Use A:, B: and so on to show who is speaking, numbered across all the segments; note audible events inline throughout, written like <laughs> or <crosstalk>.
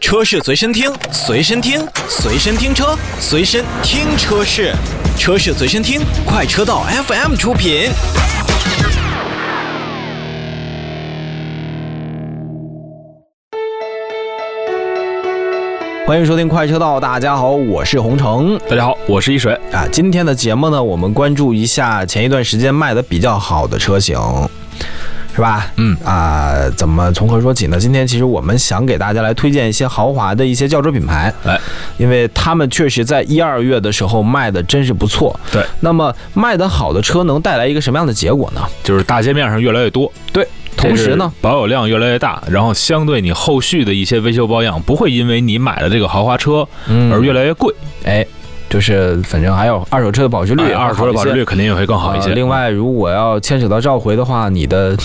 A: 车是随身听，随身听，随身听车，随身听车是，车是随身听，快车道 FM 出品。欢迎收听快车道，大家好，我是洪城。
B: 大家好，我是一水。
A: 啊，今天的节目呢，我们关注一下前一段时间卖的比较好的车型，是吧？
B: 嗯
A: 啊、怎么从何说起呢？今天其实我们想给大家来推荐一些豪华的一些轿车品牌，
B: 哎，
A: 因为他们确实在一二月的时候卖的真是不错。
B: 对，
A: 那么卖得好的车能带来一个什么样的结果呢？
B: 就是大街面上越来越多，
A: 对，同时呢，，
B: 保有量越来越大，然后相对你后续的一些维修保养不会因为你买了这个豪华车
A: 嗯
B: 而越来越贵，
A: 哎，就是反正还有二手车的保值率也
B: 哎
A: 会好一些，
B: 二手车的保值率肯定也会更好一些。
A: 呃另，外，如果要牵扯到召回的话，你的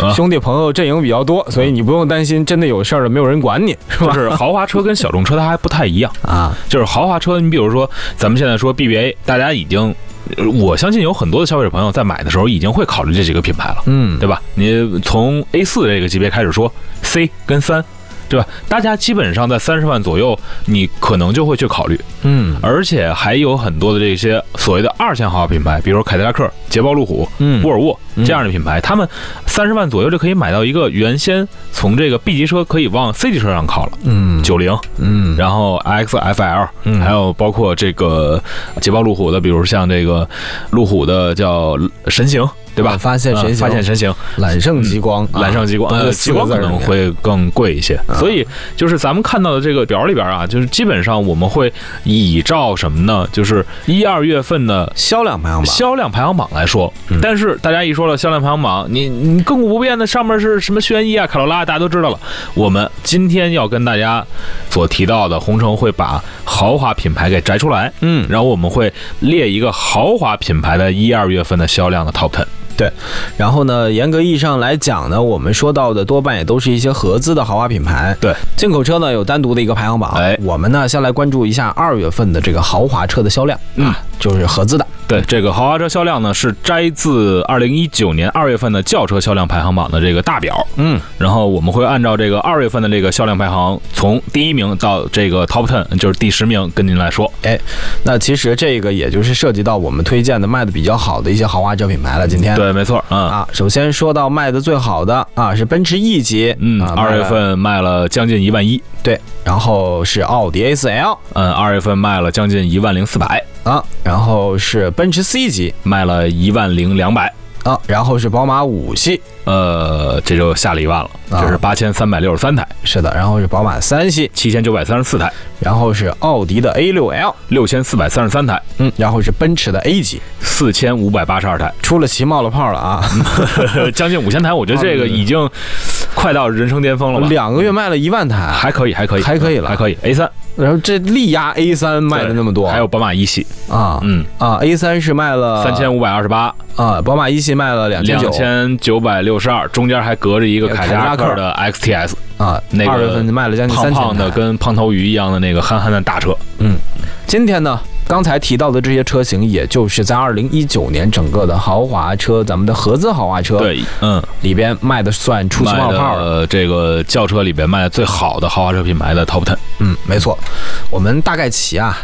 B: 啊
A: 兄弟朋友阵营比较多，所以你不用担心真的有事儿了没有人管你，是
B: 就
A: 吧？
B: 是 <laughs> 豪华车跟小众车它还不太一样，
A: 啊，
B: 就是豪华车，你比如说咱们现在说 BBA，大家已经，呃我相信有很多的消费者朋友在买的时候已经会考虑这几个品牌了。
A: 嗯，
B: 对吧？你从 A 4这个级别开始说，C 跟三，对吧？大家基本上在三十万左右，你可能就会去考虑，
A: 嗯
B: 而且还有很多的这些所谓的二线豪华品牌，比如凯迪拉克、捷豹路虎、
A: 嗯
B: 沃尔沃这样的品牌，他们三十万左右就可以买到一个原先从这个 B 级车可以往 C 级车上靠了，
A: 嗯
B: 九零，
A: 嗯
B: 然后 XFL，
A: 嗯
B: 还有包括这个捷豹路虎的，比如像这个路虎的叫神行，对吧？
A: 发现神
B: 呃
A: 行
B: 发现神行，
A: 揽胜极光，啊
B: 蓝上极光，
A: 都
B: 呃，
A: 是
B: 极
A: 四
B: 光
A: 个字
B: 可
A: 儿
B: 能
A: 里面嗯
B: 会更贵一些。所以就是咱们看到的这个表里边啊，就是基本上我们会依照什么呢？就是一二月份的。
A: 销量排行榜，
B: 销量排行榜来说
A: 嗯，
B: 但是大家一说了销量排行榜，你你亘古不变的上面是什么轩逸啊、卡罗拉，大家都知道了。我们今天要跟大家所提到的，红城会把豪华品牌给摘出来，
A: 嗯，
B: 然后我们会列一个豪华品牌的一二月份的销量的 top ten。
A: 对。然后呢，严格意义上来讲呢，我们说到的多半也都是一些合资的豪华品牌，
B: 对，
A: 进口车呢有单独的一个排行榜，
B: 哎
A: 我们呢先来关注一下二月份的这个豪华车的销量，
B: 嗯
A: 啊，就是合资的，
B: 对，这个豪华车销量呢是摘自二零一九年二月份的轿车销量排行榜的这个大表，
A: 嗯。
B: 然后我们会按照这个二月份的这个销量排行，从第一名到这个 top ten，就是第十名，跟您来说。
A: 哎，那其实这个也就是涉及到我们推荐的卖的比较好的一些豪华车品牌了。今天
B: 对，没错，嗯
A: 哎啊，首先说到卖的最好的啊是奔驰 E 级，
B: 嗯，
A: 啊
B: 二、
A: 卖
B: 月
A: 了
B: 份卖了将近一万一，
A: 对，然后是奥迪 A4L
B: 嗯，二月份卖了将近一万零四百，
A: 啊，然后是奔驰 C 级
B: 卖了一万零两百，
A: 啊，然后是宝马五系，
B: 呃，这就下了一万了，
A: 啊
B: 这是八千三百六十三台，
A: 是的，然后是宝马三系，
B: 七千九百三十四台，
A: 然后是奥迪的 A6L，
B: 六千四百三十三台，
A: 嗯，然后是奔驰的 A 级，
B: 四千五百八十二台。
A: 出了奇冒了泡了啊，
B: <laughs> 将近五千台，我觉得这个已经快到人生巅峰 <laughs> 了
A: <laughs>
B: 吧？
A: 两个月卖了一万台，
B: 还可以，嗯还可以，
A: 还可以了
B: 还可以。A 三
A: 然后这力压 A3 卖的那么多，
B: 还有宝马一系，
A: 啊
B: 嗯，
A: 啊 A3 是卖了
B: 三千五百二十八，
A: 啊，宝马一系卖了两千九
B: 两千嗯九百六十二，中间还隔着一个凯迪拉克的 XTS，
A: 啊，
B: 那个
A: 二月份卖了将近
B: 胖
A: 三千
B: 胖的
A: 台。
B: 跟胖头鱼一样的那个憨憨的大车。
A: 今天呢，刚才提到的这些车型，也就是在二零一九年整个的豪华车，咱们的合资豪华车
B: 对，嗯，
A: 里边卖的算出奇
B: 卖
A: 冒泡了。
B: 的呃这个轿车里边卖的最好的豪华车品牌的 Top Ten。
A: 嗯，没错，我们大概齐啊。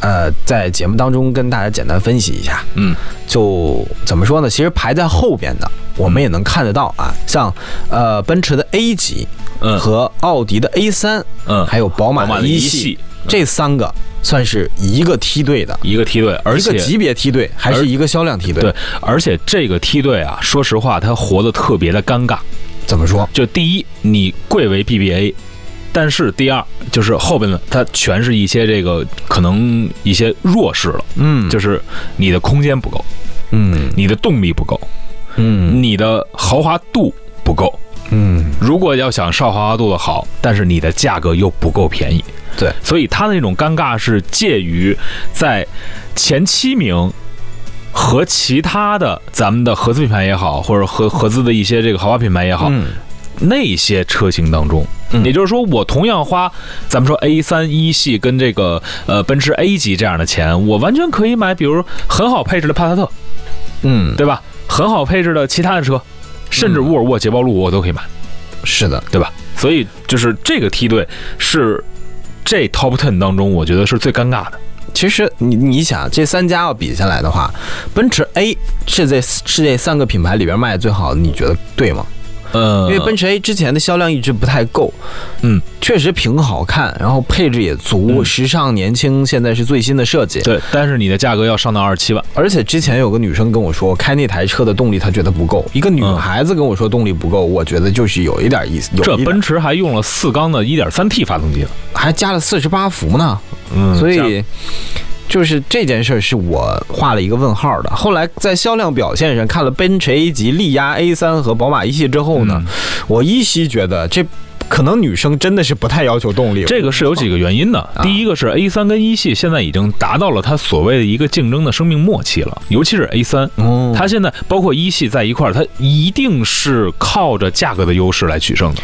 A: 呃，在节目当中跟大家简单分析一下，
B: 嗯，
A: 就怎么说呢？其实排在后边的，我们也能看得到啊，像呃奔驰的 A 级
B: 嗯
A: 和奥迪的 A 三，
B: 嗯，
A: 还有宝马
B: 宝马
A: 的
B: 的一
A: 一
B: 系嗯
A: 系，这三个算是一个梯队的，
B: 一个梯队，而
A: 一个
B: 且
A: 级别梯队还是一个销量梯队？
B: 对，，而且这个梯队啊，说实话，它活得特别的尴尬。
A: 怎么说？
B: 就第一，你贵为 BBA，但是第二就是后边的它全是一些这个可能一些弱势了，
A: 嗯
B: 就是你的空间不够，
A: 嗯
B: 你的动力不够，
A: 嗯
B: 你的豪华度不够。
A: 嗯，
B: 如果要想上豪华度的好，但是你的价格又不够便宜，
A: 对，
B: 所以它的那种尴尬是介于在前七名。和其他的咱们的合资品牌也好，或者合合资的一些这个豪华品牌也好，
A: 嗯
B: 那些车型当中，
A: 嗯
B: 也就是说，我同样花咱们说 A 三一系跟这个呃奔驰 A 级这样的钱，我完全可以买，比如很好配置的帕萨特，
A: 嗯，
B: 对吧？很好配置的其他的车，甚至沃尔沃、捷豹路虎我都可以买，
A: 是的，
B: 对吧？所以就是这个梯队是这 top ten 当中，我觉得是最尴尬的。
A: 其实你你想，这三家要比下来的话，奔驰 A 是这是这三个品牌里边卖的最好的，你觉得对吗？
B: 呃，
A: 因为奔驰 A 之前的销量一直不太够，
B: 嗯，
A: 确实屏好看，然后配置也足，
B: 嗯
A: 时尚年轻，现在是最新的设计。
B: 对，但是你的价格要上到二十七万，
A: 而且之前有个女生跟我说，开那台车的动力她觉得不够。一个女
B: 嗯
A: 孩子跟我说动力不够，我觉得就是有一点意思，有
B: 这
A: 一点
B: 奔驰还用了四缸的 1.3T 发动机呢，
A: 还加了四十八伏呢。
B: 嗯，
A: 所
B: 这样
A: 以就是这件事儿是我画了一个问号的。后来在销量表现上看了奔驰 A 级、力压 A 三和宝马一系之后
B: 嗯
A: 呢，我依稀觉得这可能女生真的是不太要求动力。
B: 这个是有几个原因的。
A: 啊
B: 第一个是 A 三跟一系现在已经达到了它所谓的一个竞争的生命末期了，尤其是 A 三，
A: 哦，
B: 它现在包括一系在一块儿，它一定是靠着价格的优势来取胜的。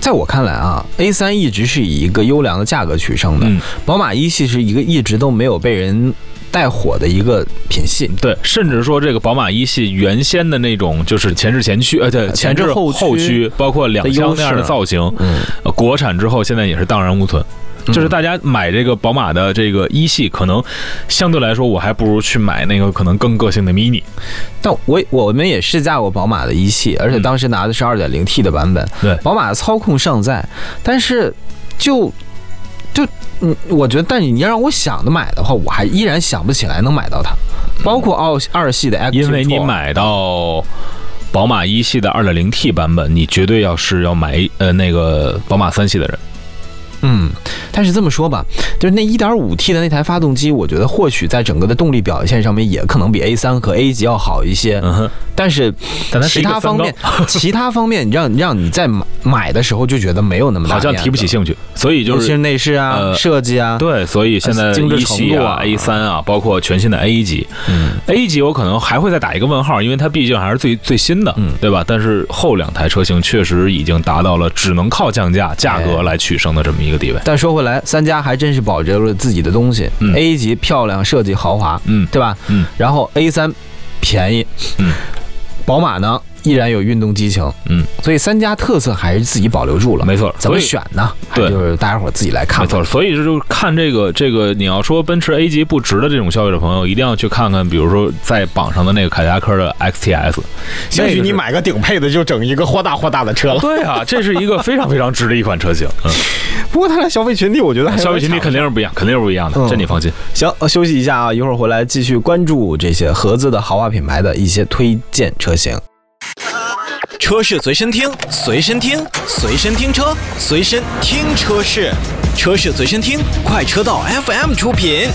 A: 在我看来啊，A 三一直是以一个优良的价格取胜的，
B: 嗯
A: 宝马一系是一个一直都没有被人带火的一个品系。
B: 对，甚至说这个宝马一系原先的那种就是前置前驱，呃，对，
A: 啊前
B: 前
A: 置
B: 置
A: 后驱
B: 后驱，包括两厢那样的造型，
A: 嗯，
B: 呃国产之后现在也是荡然无存。就是大家买这个宝马的这个一系，可能相对来说，我还不如去买那个可能更个性的 MINI。
A: 但我我们也试驾过宝马的一系，而且当时拿的是 2.0T 的版本。
B: 嗯对
A: 宝马的操控尚在，但是就就嗯，我觉得，但是你要让我想着买的话，我还依然想不起来能买到它。包括奥二系的 <laughs> X，啊
B: 因为你买到宝马一系的 2.0T 版本，你绝对要是要买呃那个宝马三系的人，
A: 嗯，但是这么说吧，就是那 1.5T 的那台发动机，我觉得或许在整个的动力表现上面也可能比 A3 和 A 级要好一些，
B: 嗯哼，
A: 但是
B: 但它是
A: 其
B: 一个
A: 他方面，
B: <laughs>
A: 其他方面让让你在买买的时候就觉得没有那么大
B: 好像
A: 面
B: 提不起
A: 子，
B: 兴趣，所以就
A: 尤其
B: 是
A: 是内饰啊、
B: 呃
A: 设计啊，
B: 对，所以现在
A: 精致
B: 一
A: 程
B: 系
A: 度
B: 啊
A: 啊、
B: A 三啊，包括全新的 A 级
A: 嗯
B: ，A 级我可能还会再打一个问号，因为它毕竟还是最最新的，对吧？但是后两台车型确实已经达到了只能靠降价、价格来取胜的这么一个地位。
A: 但说回来，三家还真是保留了自己的东西。
B: 嗯
A: A 级漂亮、设计豪华，
B: 嗯
A: 对吧？
B: 嗯。
A: 然后 A 三便宜，
B: 嗯。
A: 宝马呢依然有运动激情，
B: 嗯。
A: 所以三家特色还是自己保留住了。
B: 没错
A: 怎
B: 所
A: 么
B: 以
A: 选呢？
B: 对
A: 还就是大家伙儿自己来看
B: 没
A: 吧。
B: 错，所以这就是看这个这个，你要说奔驰 A 级不值的这种消费者朋友，一定要去看看，比如说在榜上的那个凯迪拉克的 XTS，
A: 兴许你
B: 买个顶配的就整一个豁大豁大的车了。对啊，这是一个非常非常值的一款车型， <laughs> 嗯，
A: 不过它俩消费群体，我觉得还有
B: 消费群体
A: 点
B: 肯定是不一样，肯定是不一样的，
A: 嗯
B: 这你放心。
A: 行，呃休息一下啊，一会儿回来继续关注这些合资的豪华品牌的一些推荐车型。
C: 车是随身听，随身听，随身听车，随身听车是，车是随身听，快车道 FM 出品。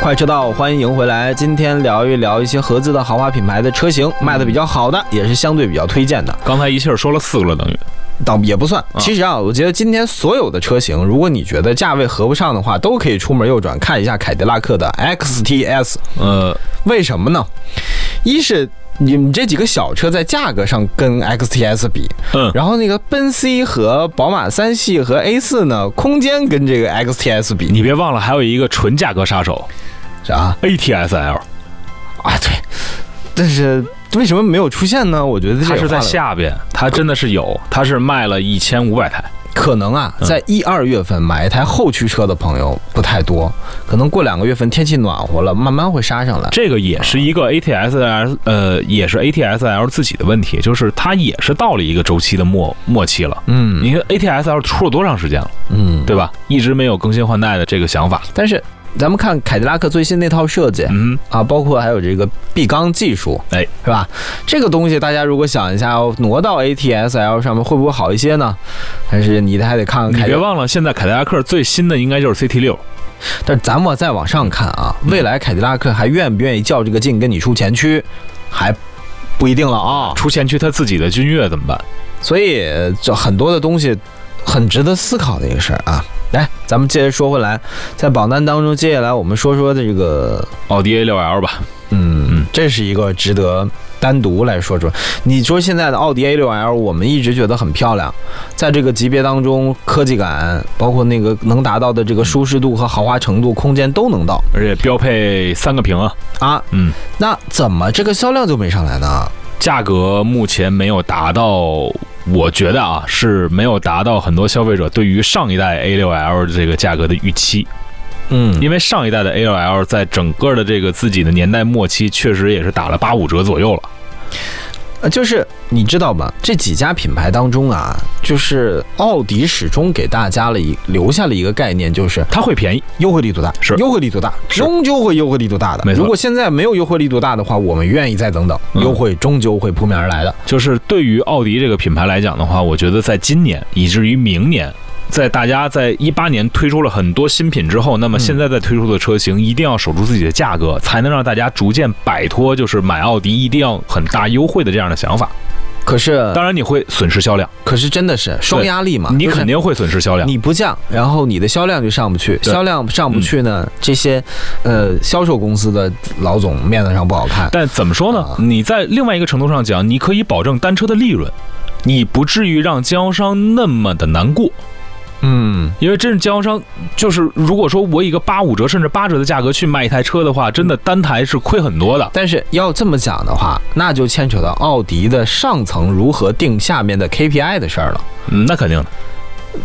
A: 快车道，欢迎回来。今天聊一聊一些合资的豪华品牌的车型，卖的比较好的，也是相对比较推荐的，
B: 刚才一气儿说了四个了，等于
A: 倒也不算。其实啊，我觉得今天所有的车型，如果你觉得价位合不上的话，都可以出门右转看一下凯迪拉克的 XTS。
B: 呃，
A: 为什么呢？一是你们这几个小车在价格上跟 XTS 比，
B: 嗯
A: 然后那个奔 C 和宝马三系和 A 四呢，空间跟这个 XTS 比
B: 你别忘了还有一个纯价格杀手
A: 啥
B: ATSL，
A: 啊？对，但是为什么没有出现呢？我觉得这
B: 它
A: 也
B: 是在
A: 画了
B: 下边，它真的是有，它是卖了一千五百台，
A: 可能啊，
B: 嗯
A: 在一二月份买一台后驱车的朋友不太多，可能过两个月份天气暖和了，慢慢会杀上来。
B: 这个也是一
A: 啊
B: 个 ATSL，呃，也是 ATSL 自己的问题，就是它也是到了一个周期的末末期了。
A: 嗯
B: 你看 ATSL 出了多长时间了，
A: 嗯，
B: 对吧？一直没有更新换代的这个想法。
A: 但是咱们看凯迪拉克最新那套设计。
B: 嗯，
A: 啊，包括还有这个闭缸技术，
B: 哎，
A: 是吧？这个东西大家如果想一下，要挪到 ATSL 上面会不会好一些呢？但是你还得看看
B: 你
A: 凯迪
B: 别
A: 拉克。
B: 忘了，现在凯迪拉克最新的应该就是 CT 六。
A: 但是咱们再往上看啊，
B: 嗯
A: 未来凯迪拉克还愿不愿意较这个劲跟你出前驱，还不一定了啊。
B: 出前驱它自己的君越怎么办？
A: 所以呃这很多的东西很值得思考的一个事儿啊。来，咱们接着说回来，在榜单当中，接下来我们说说这个，
B: 奥迪 A 六 L 吧，
A: 嗯
B: 嗯，
A: 这是一个值得单独来说说，你说现在的奥迪 A6L，我们一直觉得很漂亮，在这个级别当中，科技感，包括那个能达到的这个舒适度和豪华程度，空间都能到
B: 而且标配三个屏啊，
A: 啊。
B: 嗯，
A: 那怎么这个销量就没上来呢？
B: 价格目前没有达到，我觉得啊是没有达到很多消费者对于上一代 A6L 这个价格的预期，
A: 嗯，
B: 因为上一代的 A6L 在整个的这个自己的年代末期，确实也是打了八五折左右了。
A: 呃就是你知道吗？这几家品牌当中啊，就是奥迪始终给大家了一留下了一个概念，就是
B: 它会便宜，
A: 优惠力度大，
B: 是
A: 优惠力度大，
B: 是
A: 终究会优惠力度大的。
B: 没错
A: 如果现在没有优惠力度大的话，我们愿意再等等，
B: 嗯
A: 优惠终究会扑面而来的。
B: 就是对于奥迪这个品牌来讲的话，我觉得在今年以至于明年。在大家在一八年推出了很多新品之后，那么现在在推出的车型一定要守住自己的价格，才能让大家逐渐摆脱就是买奥迪一定要很大优惠的这样的想法。
A: 可是，
B: 当然你会损失销量，啊
A: 可是真的是双压力嘛？
B: 你
A: 就是
B: 肯定会损失销量。
A: 你不降，然后你的销量就上不去，
B: 对嗯
A: 销量上不去呢，这些呃销售公司的老总面子上不好看。
B: 但怎么说呢
A: 啊？
B: 你在另外一个程度上讲，你可以保证单车的利润，你不至于让经销商那么的难过。
A: 嗯，
B: 因为真是经销商，就是如果说我以一个八五折甚至八折的价格去卖一台车的话，真的单台是亏很多的。
A: 但是要这么讲的话，那就牵扯到奥迪的上层如何定下面的 KPI 的事儿了。
B: 嗯，那肯定的。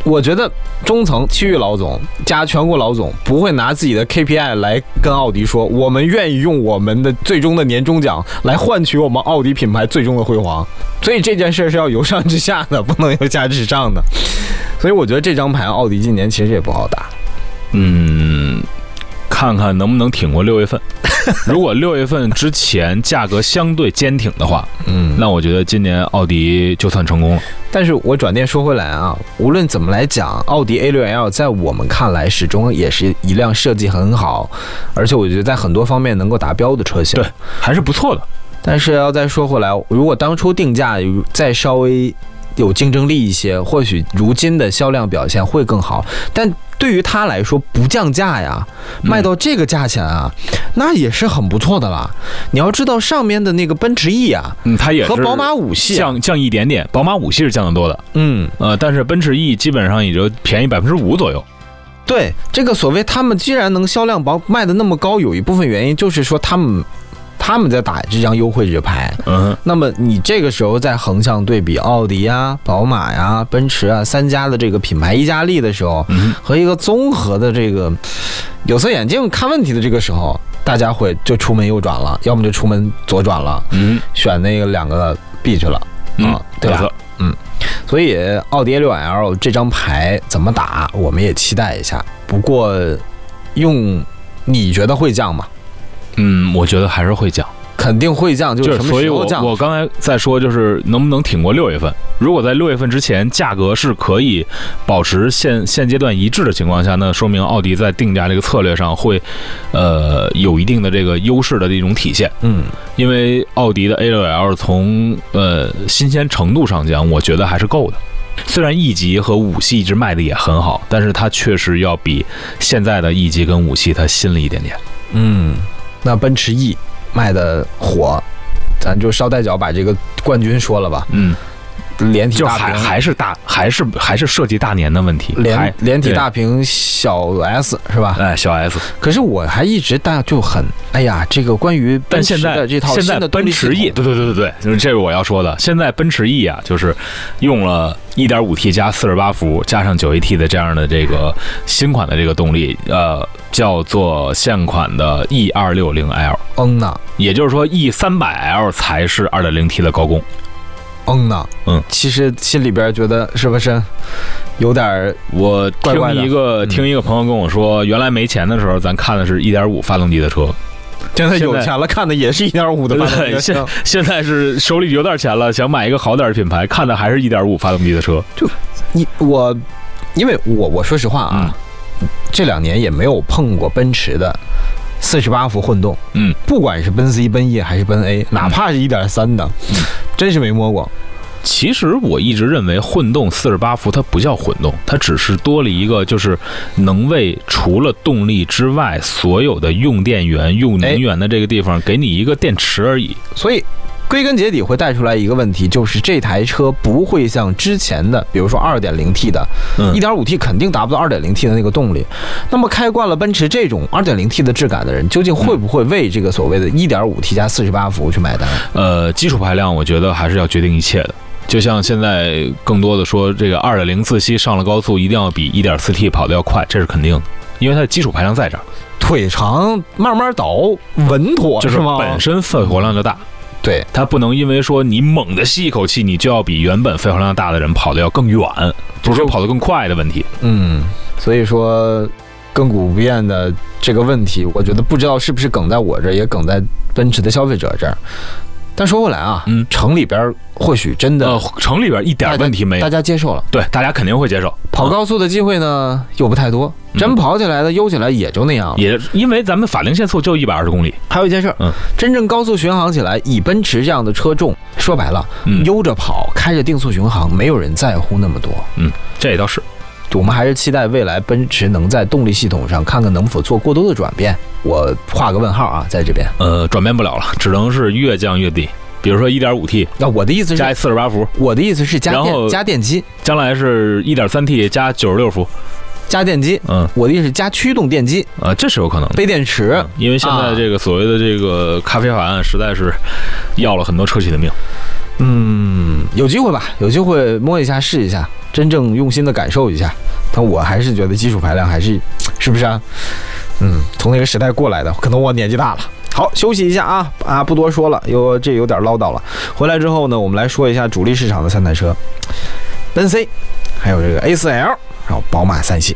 A: 我觉得中层区域老总加全国老总不会拿自己的 KPI 来跟奥迪说，我们愿意用我们的最终的年终奖来换取我们奥迪品牌最终的辉煌。所以这件事是要由上至下的，不能由下至上的。所以我觉得这张牌奥迪今年其实也不好打。
B: 嗯，看看能不能挺过
A: <laughs>
B: 六月份。如果六月份之前价格相对坚挺的话，
A: 嗯，
B: 那我觉得今年奥迪就算成功了。
A: 但是我转念说回来啊，无论怎么来讲，奥迪 A6L 在我们看来始终也是一辆设计很好，而且我觉得在很多方面能够达标的车型。
B: 对还是不错的。
A: 但是要再说回来，如果当初定价再稍微有竞争力一些，或许如今的销量表现会更好。但对于他来说，不降价呀，
B: 嗯
A: 卖到这个价钱啊，那也是很不错的啦。你要知道，上面的那个奔驰 E 啊，
B: 嗯，它也是
A: 和宝马五系啊，
B: 降降一点点，宝马五系是降的多的，
A: 嗯，
B: 呃，但是奔驰 E 基本上也就便宜百分之五左右。
A: 对，这个所谓他们居然能销量保卖的那么高，有一部分原因就是说他们他们在打这张优惠这牌。
B: 嗯，
A: 那么你这个时候再横向对比奥迪呀、宝马呀、奔驰啊三家的这个品牌议价力的时候，
B: 嗯
A: 和一个综合的这个有色眼镜看问题的这个时候，大家会就出门右转了，要么就出门左转了，
B: 嗯
A: 选那个两个 B 去了啊，对
B: 没
A: 吧
B: 错？
A: 所以奥迪 A6L 这张牌怎么打，我们也期待一下。不过用你觉得会降吗？
B: 嗯，我觉得还是会降。
A: 肯定会降，就
B: 就是是
A: 什
B: 所
A: 么
B: 以
A: 时
B: 我
A: 候降？
B: 我刚才在说，就是能不能挺过六月份？如果在六月份之前价格是可以保持现现阶段一致的情况下，那说明奥迪在定价这个策略上会，呃，有一定的这个优势的这种体现。
A: 嗯
B: 因为奥迪的 A6L 从呃新鲜程度上讲，我觉得还是够的。虽然 E 级和五系一直卖的也很好，但是它确实要比现在的 E 级跟五系它新了一点点。
A: 嗯，那奔驰 E 卖的火，咱就捎带脚把这个冠军说了吧，
B: 嗯，
A: 连体
B: 就
A: 大
B: 还
A: 屏。
B: 还是大还是还是设计大年的问题，还
A: 连连体
B: 对
A: 大屏小 S 是吧？
B: 哎小 S，
A: 可是我还一直大就很，哎呀，这个关于奔
B: 但
A: 驰
B: 现在
A: 的这套
B: 现
A: 新
B: 在
A: 的动
B: 奔
A: 力系
B: 驰 E，
A: 统
B: 对对对对对，就是这是我要说的。现在奔驰 E 啊，就是用了 1.5T 加48伏加上 9AT 的这样的这个新款的这个动力，呃，叫做现款的 E E260L，
A: 嗯呐
B: 也就是说，E E300L 才是 2.0T 的高功。
A: 嗯呐，
B: 嗯，
A: 其实心里边觉得是不是有点儿
B: 我
A: 怪怪的
B: 听一个
A: 嗯
B: 听一个朋友跟我说，原来没钱的时候，咱看的是1.5发动机的车，
A: 真的有
B: 现在
A: 钱了看的也是一点五的发动
B: 对
A: 机
B: <laughs> 现
A: 车，
B: 现在是手里有点钱了，想买一个好点的品牌，看的还是一点五发动机的车。
A: 你我，因为我我说实话啊，
B: 嗯
A: 这两年也没有碰过奔驰的四十八伏混动，
B: 嗯，
A: 不管是奔 C、奔 E 还是奔 A，哪怕是一点三的，真是没摸过。
B: 其实我一直认为混动四十八伏它不叫混动，它只是多了一个就是能为除了动力之外所有的用电源、用能源的这个地方给你一个电池而已。
A: 所以归根结底会带出来一个问题，就是这台车不会像之前的，比如说 2.0T 的
B: 嗯
A: ，1.5T 肯定达不到 2.0T 的那个动力。那么开惯了奔驰这种 2.0T 的质感的人，究竟会不会为这个所谓的 1.5T 加48伏去买单？
B: 呃，基础排量我觉得还是要决定一切的。就像现在更多的说，这个2 0自吸上了高速，一定要比1 4 T 跑得要快，这是肯定的，因为它的基础排量在这儿，
A: 腿长，慢慢倒，稳妥
B: 哦就是
A: 吗？
B: 本身肺活量就大，
A: 对，
B: 它不能因为说你猛地吸一口气，你就要比原本肺活量大的人跑得要更远，不是说跑得更快的问题。
A: 嗯，所以说亘古不变的这个问题，我觉得不知道是不是梗在我这儿，也梗在奔驰的消费者这儿。但说回来啊，
B: 嗯
A: 城里边儿或许真的
B: 呃，城里边一点问题没
A: 大
B: 有，
A: 家接受了，
B: 对，大家肯定会接受。
A: 跑高速的机会呢又不太多，
B: 嗯
A: 真跑起来的悠起来也就那样了。
B: 也因为咱们法定限速就一百二十公里，
A: 还有一件事儿，
B: 嗯
A: 真正高速巡航起来，以奔驰这样的车重，说白了，
B: 嗯
A: 悠着跑，开着定速巡航，没有人在乎那么多。
B: 这也倒是。
A: 我们还是期待未来奔驰能在动力系统上看看能否做过多的转变。我画个问号啊，在这边。
B: 呃，转变不了了，只能是越降越低。比如说1 5 T
A: 那我的意思
B: 加
A: 是，
B: 四十八伏，
A: 我的意思是加
B: 然后
A: 电加电机
B: 将来是1 3 T 加九十六伏，
A: 加电机，
B: 嗯，
A: 我的意思是加驱动电机
B: 呃，这是有可能的。
A: 背电池。
B: 嗯因为现在
A: 啊
B: 这个所谓的这个咖啡法案，实在是要了很多车企的命。
A: 嗯，有机会吧，有机会摸一下试一下，真正用心的感受一下。但我还是觉得基础排量还是，是不是啊？嗯，从那个时代过来的，可能我年纪大了。好，休息一下啊啊，不多说了，有这有点唠叨了。回来之后呢，我们来说一下主力市场的三台车，奔 C，还有这个 A4L，然后宝马三系。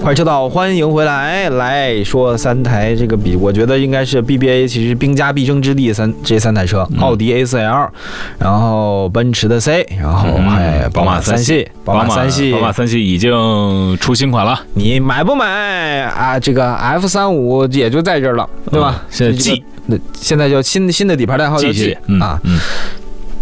A: 快车道，欢迎回来，来说三台这个比，我觉得应该是 BBA 其实兵家必争之地三这三台
B: 嗯
A: 车，奥迪 A4L，然后奔驰的 C，然后
B: 嗯
A: 还
B: 宝马
A: 马三系，宝马三系
B: 嗯宝，马三系已经出新款了，
A: 你买不买啊？这个 F 三五也就在这儿了，对吧？
B: 嗯现在
A: 这个
B: G
A: 那现在叫新新的底盘代号叫
B: 继
A: G
B: 续嗯
A: 啊，
B: 嗯，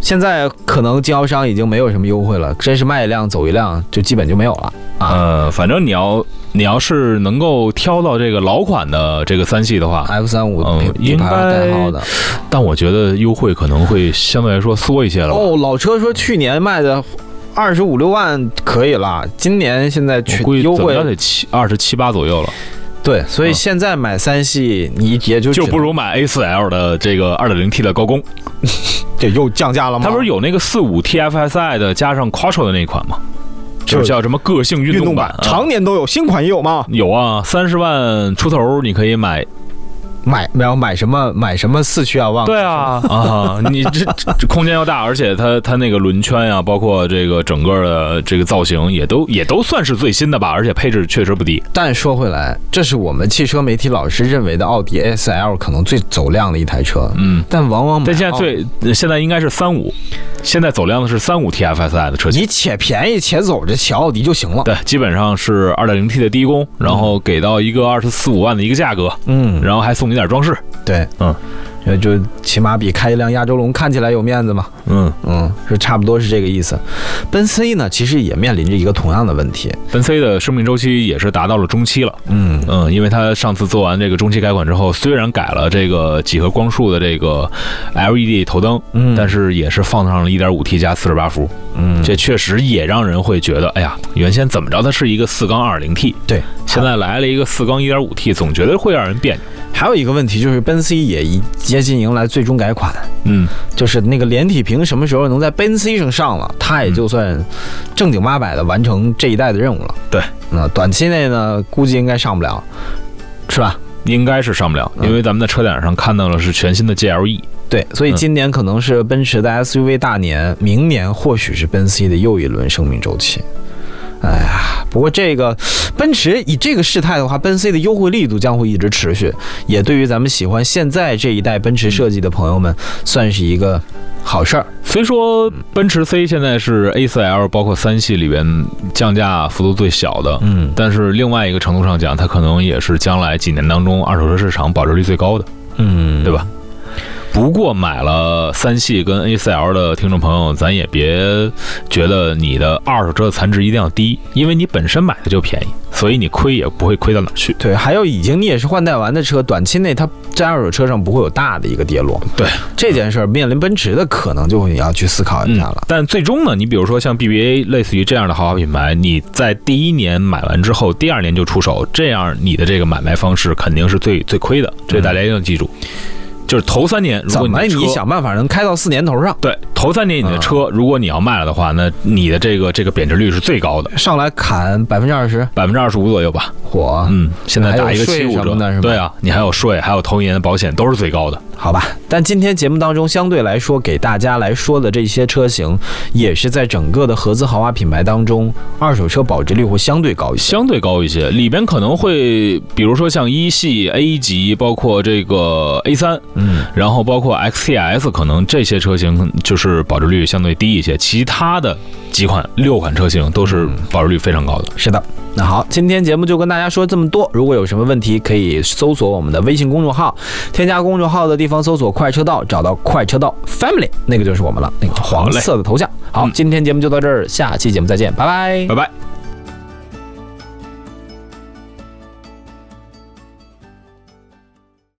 A: 现在可能经销商已经没有什么优惠了，真是卖一辆走一辆，就基本就没有了啊。
B: 呃，反正你要你要是能够挑到这个老款的这个三系的话，
A: F 三五
B: 嗯
A: 底盘代号的，
B: 但我觉得优惠可能会相对来说缩一些了吧。
A: 哦，老车说去年卖的二十五六万可以了，今年现在
B: 我
A: 全
B: 估计
A: 优
B: 怎么
A: 惠
B: 着得七二十七八左右了，
A: 对，所以
B: 嗯
A: 现在买三系你也就
B: 就
A: 只
B: 不如买 A 4 L 的这个二点零 T 的高功，
A: 这又降价了吗？
B: 它不是有那个四五 T F S I 的加上 Quattro 的那一款吗？
A: 就
B: 就是叫什么个性运
A: 运动版，？
B: 版啊
A: 常年都有，新款也有吗？
B: 有啊，三十万出头你可以买。
A: 买没有买什么买什么四驱啊？忘了
B: 对啊啊，你这这这空间又大，而且它它那个轮圈呀、包括这个整个的这个造型也都也都算是最新的吧，而且配置确实不低。
A: 但说回来，这是我们汽车媒体老师认为的奥迪 S L 可能最走量的一台车，
B: 嗯，
A: 但往往买
B: 但现在
A: 奥
B: 最呃现在应该是三五，现在走量的是三五 TFSI 的车型。
A: 你且便宜且走着且奥迪就行了。
B: 对，基本上是二点零 T 的低功，然后给到一个二十四五万的一个价格，
A: 嗯，
B: 然后还送你点装饰。
A: 对，
B: 嗯，
A: 呃，就起码比开一辆亚洲龙看起来有面子嘛。
B: 嗯，
A: 嗯，是差不多是这个意思。奔 C 呢，其实也面临着一个同样的问题。
B: 奔 C 的生命周期也是达到了中期了。
A: 嗯，
B: 嗯，因为它上次做完这个中期改款之后，虽然改了这个几何光束的这个 LED 头灯，
A: 嗯
B: 但是也是放上了 1.5T 加48伏，
A: 嗯，
B: 这确实也让人会觉得，哎呀，原先怎么着它是一个四缸 2.0T，
A: 对。
B: 现在来了一个四缸 1.5T，总觉得会让人别扭。
A: 还有一个问题就是，奔 C 也已接近迎来最终改款，
B: 嗯，
A: 就是那个连体屏什么时候能在奔 C 上上了，它也就算正经八百的完成这一代的任务了。
B: 对，
A: 那短期内呢，估计应该上不了，是吧？
B: 应该是上不了，
A: 嗯
B: 因为咱们在车展上看到了是全新的 GLE。
A: 对，所以
B: 嗯
A: 今年可能是奔驰的 SUV 大年，明年或许是奔 C 的又一轮生命周期。哎呀，不过这个奔驰以这个事态的话，奔 C 的优惠力度将会一直持续，也对于咱们喜欢现在这一代奔驰设计的朋友们，算是一个好事儿。
B: 虽说奔驰 C 现在是 A4L 包括三系里边降价幅度最小的，
A: 嗯
B: 但是另外一个程度上讲，它可能也是将来几年当中二手车市场保值率最高的，
A: 嗯，
B: 对吧？不过买了三系跟 A4L 的听众朋友，咱也别觉得你的二手车的残值一定要低，因为你本身买的就便宜，所以你亏也不会亏到哪儿去。
A: 对，还有已经你也是换代完的车，短期内它在二手车上不会有大的一个跌落。
B: 对
A: 这件事儿，面临奔驰的可能就会你要去思考一
B: 嗯
A: 下了。，
B: 但最终呢，你比如说像 BBA 类似于这样的豪华品牌，你在第一年买完之后，第二年就出手，这样你的这个买卖方式肯定是最最亏的，这大家一定要记住。就是头三年，嗯
A: 嗯
B: 如
A: 怎
B: 果你
A: 么
B: 的车
A: 你想办法能开到四年头上？
B: 对头三年你的
A: 啊
B: 车，如果你要卖了的话，那你的这个这个贬值率是最高的，
A: 上来砍百分之二十，
B: 百分之二十五左右吧。
A: 火，
B: 嗯，现在打一个
A: 啊还有
B: 七
A: 税
B: 五
A: 什么的是
B: 折，
A: 吧
B: 对啊，你还有税，还有头一年的保险都是最高的。
A: 好吧。但今天节目当中，相对来说给大家来说的这些车型，也是在整个的合资豪华品牌当中，二手车保值率会相对高一些。
B: 相对高一些，里边可能会，比如说像一系 A 级，包括这个 A 三，
A: 嗯，
B: 然后包括 XTS，可能这些车型就是保值率相对低一些，其他的几款六款车型都
A: 嗯
B: 是保值率非常高的。
A: 是的。那好，今天节目就跟大家说这么多。如果有什么问题，可以搜索我们的微信公众号，添加公众号的地方搜索“快车道”，找到“快车道 Family”，那个就是我们了，那个黄色的头像。好，
B: 嗯
A: 今天节目就到这儿，下期节目再见，拜拜
B: 拜拜。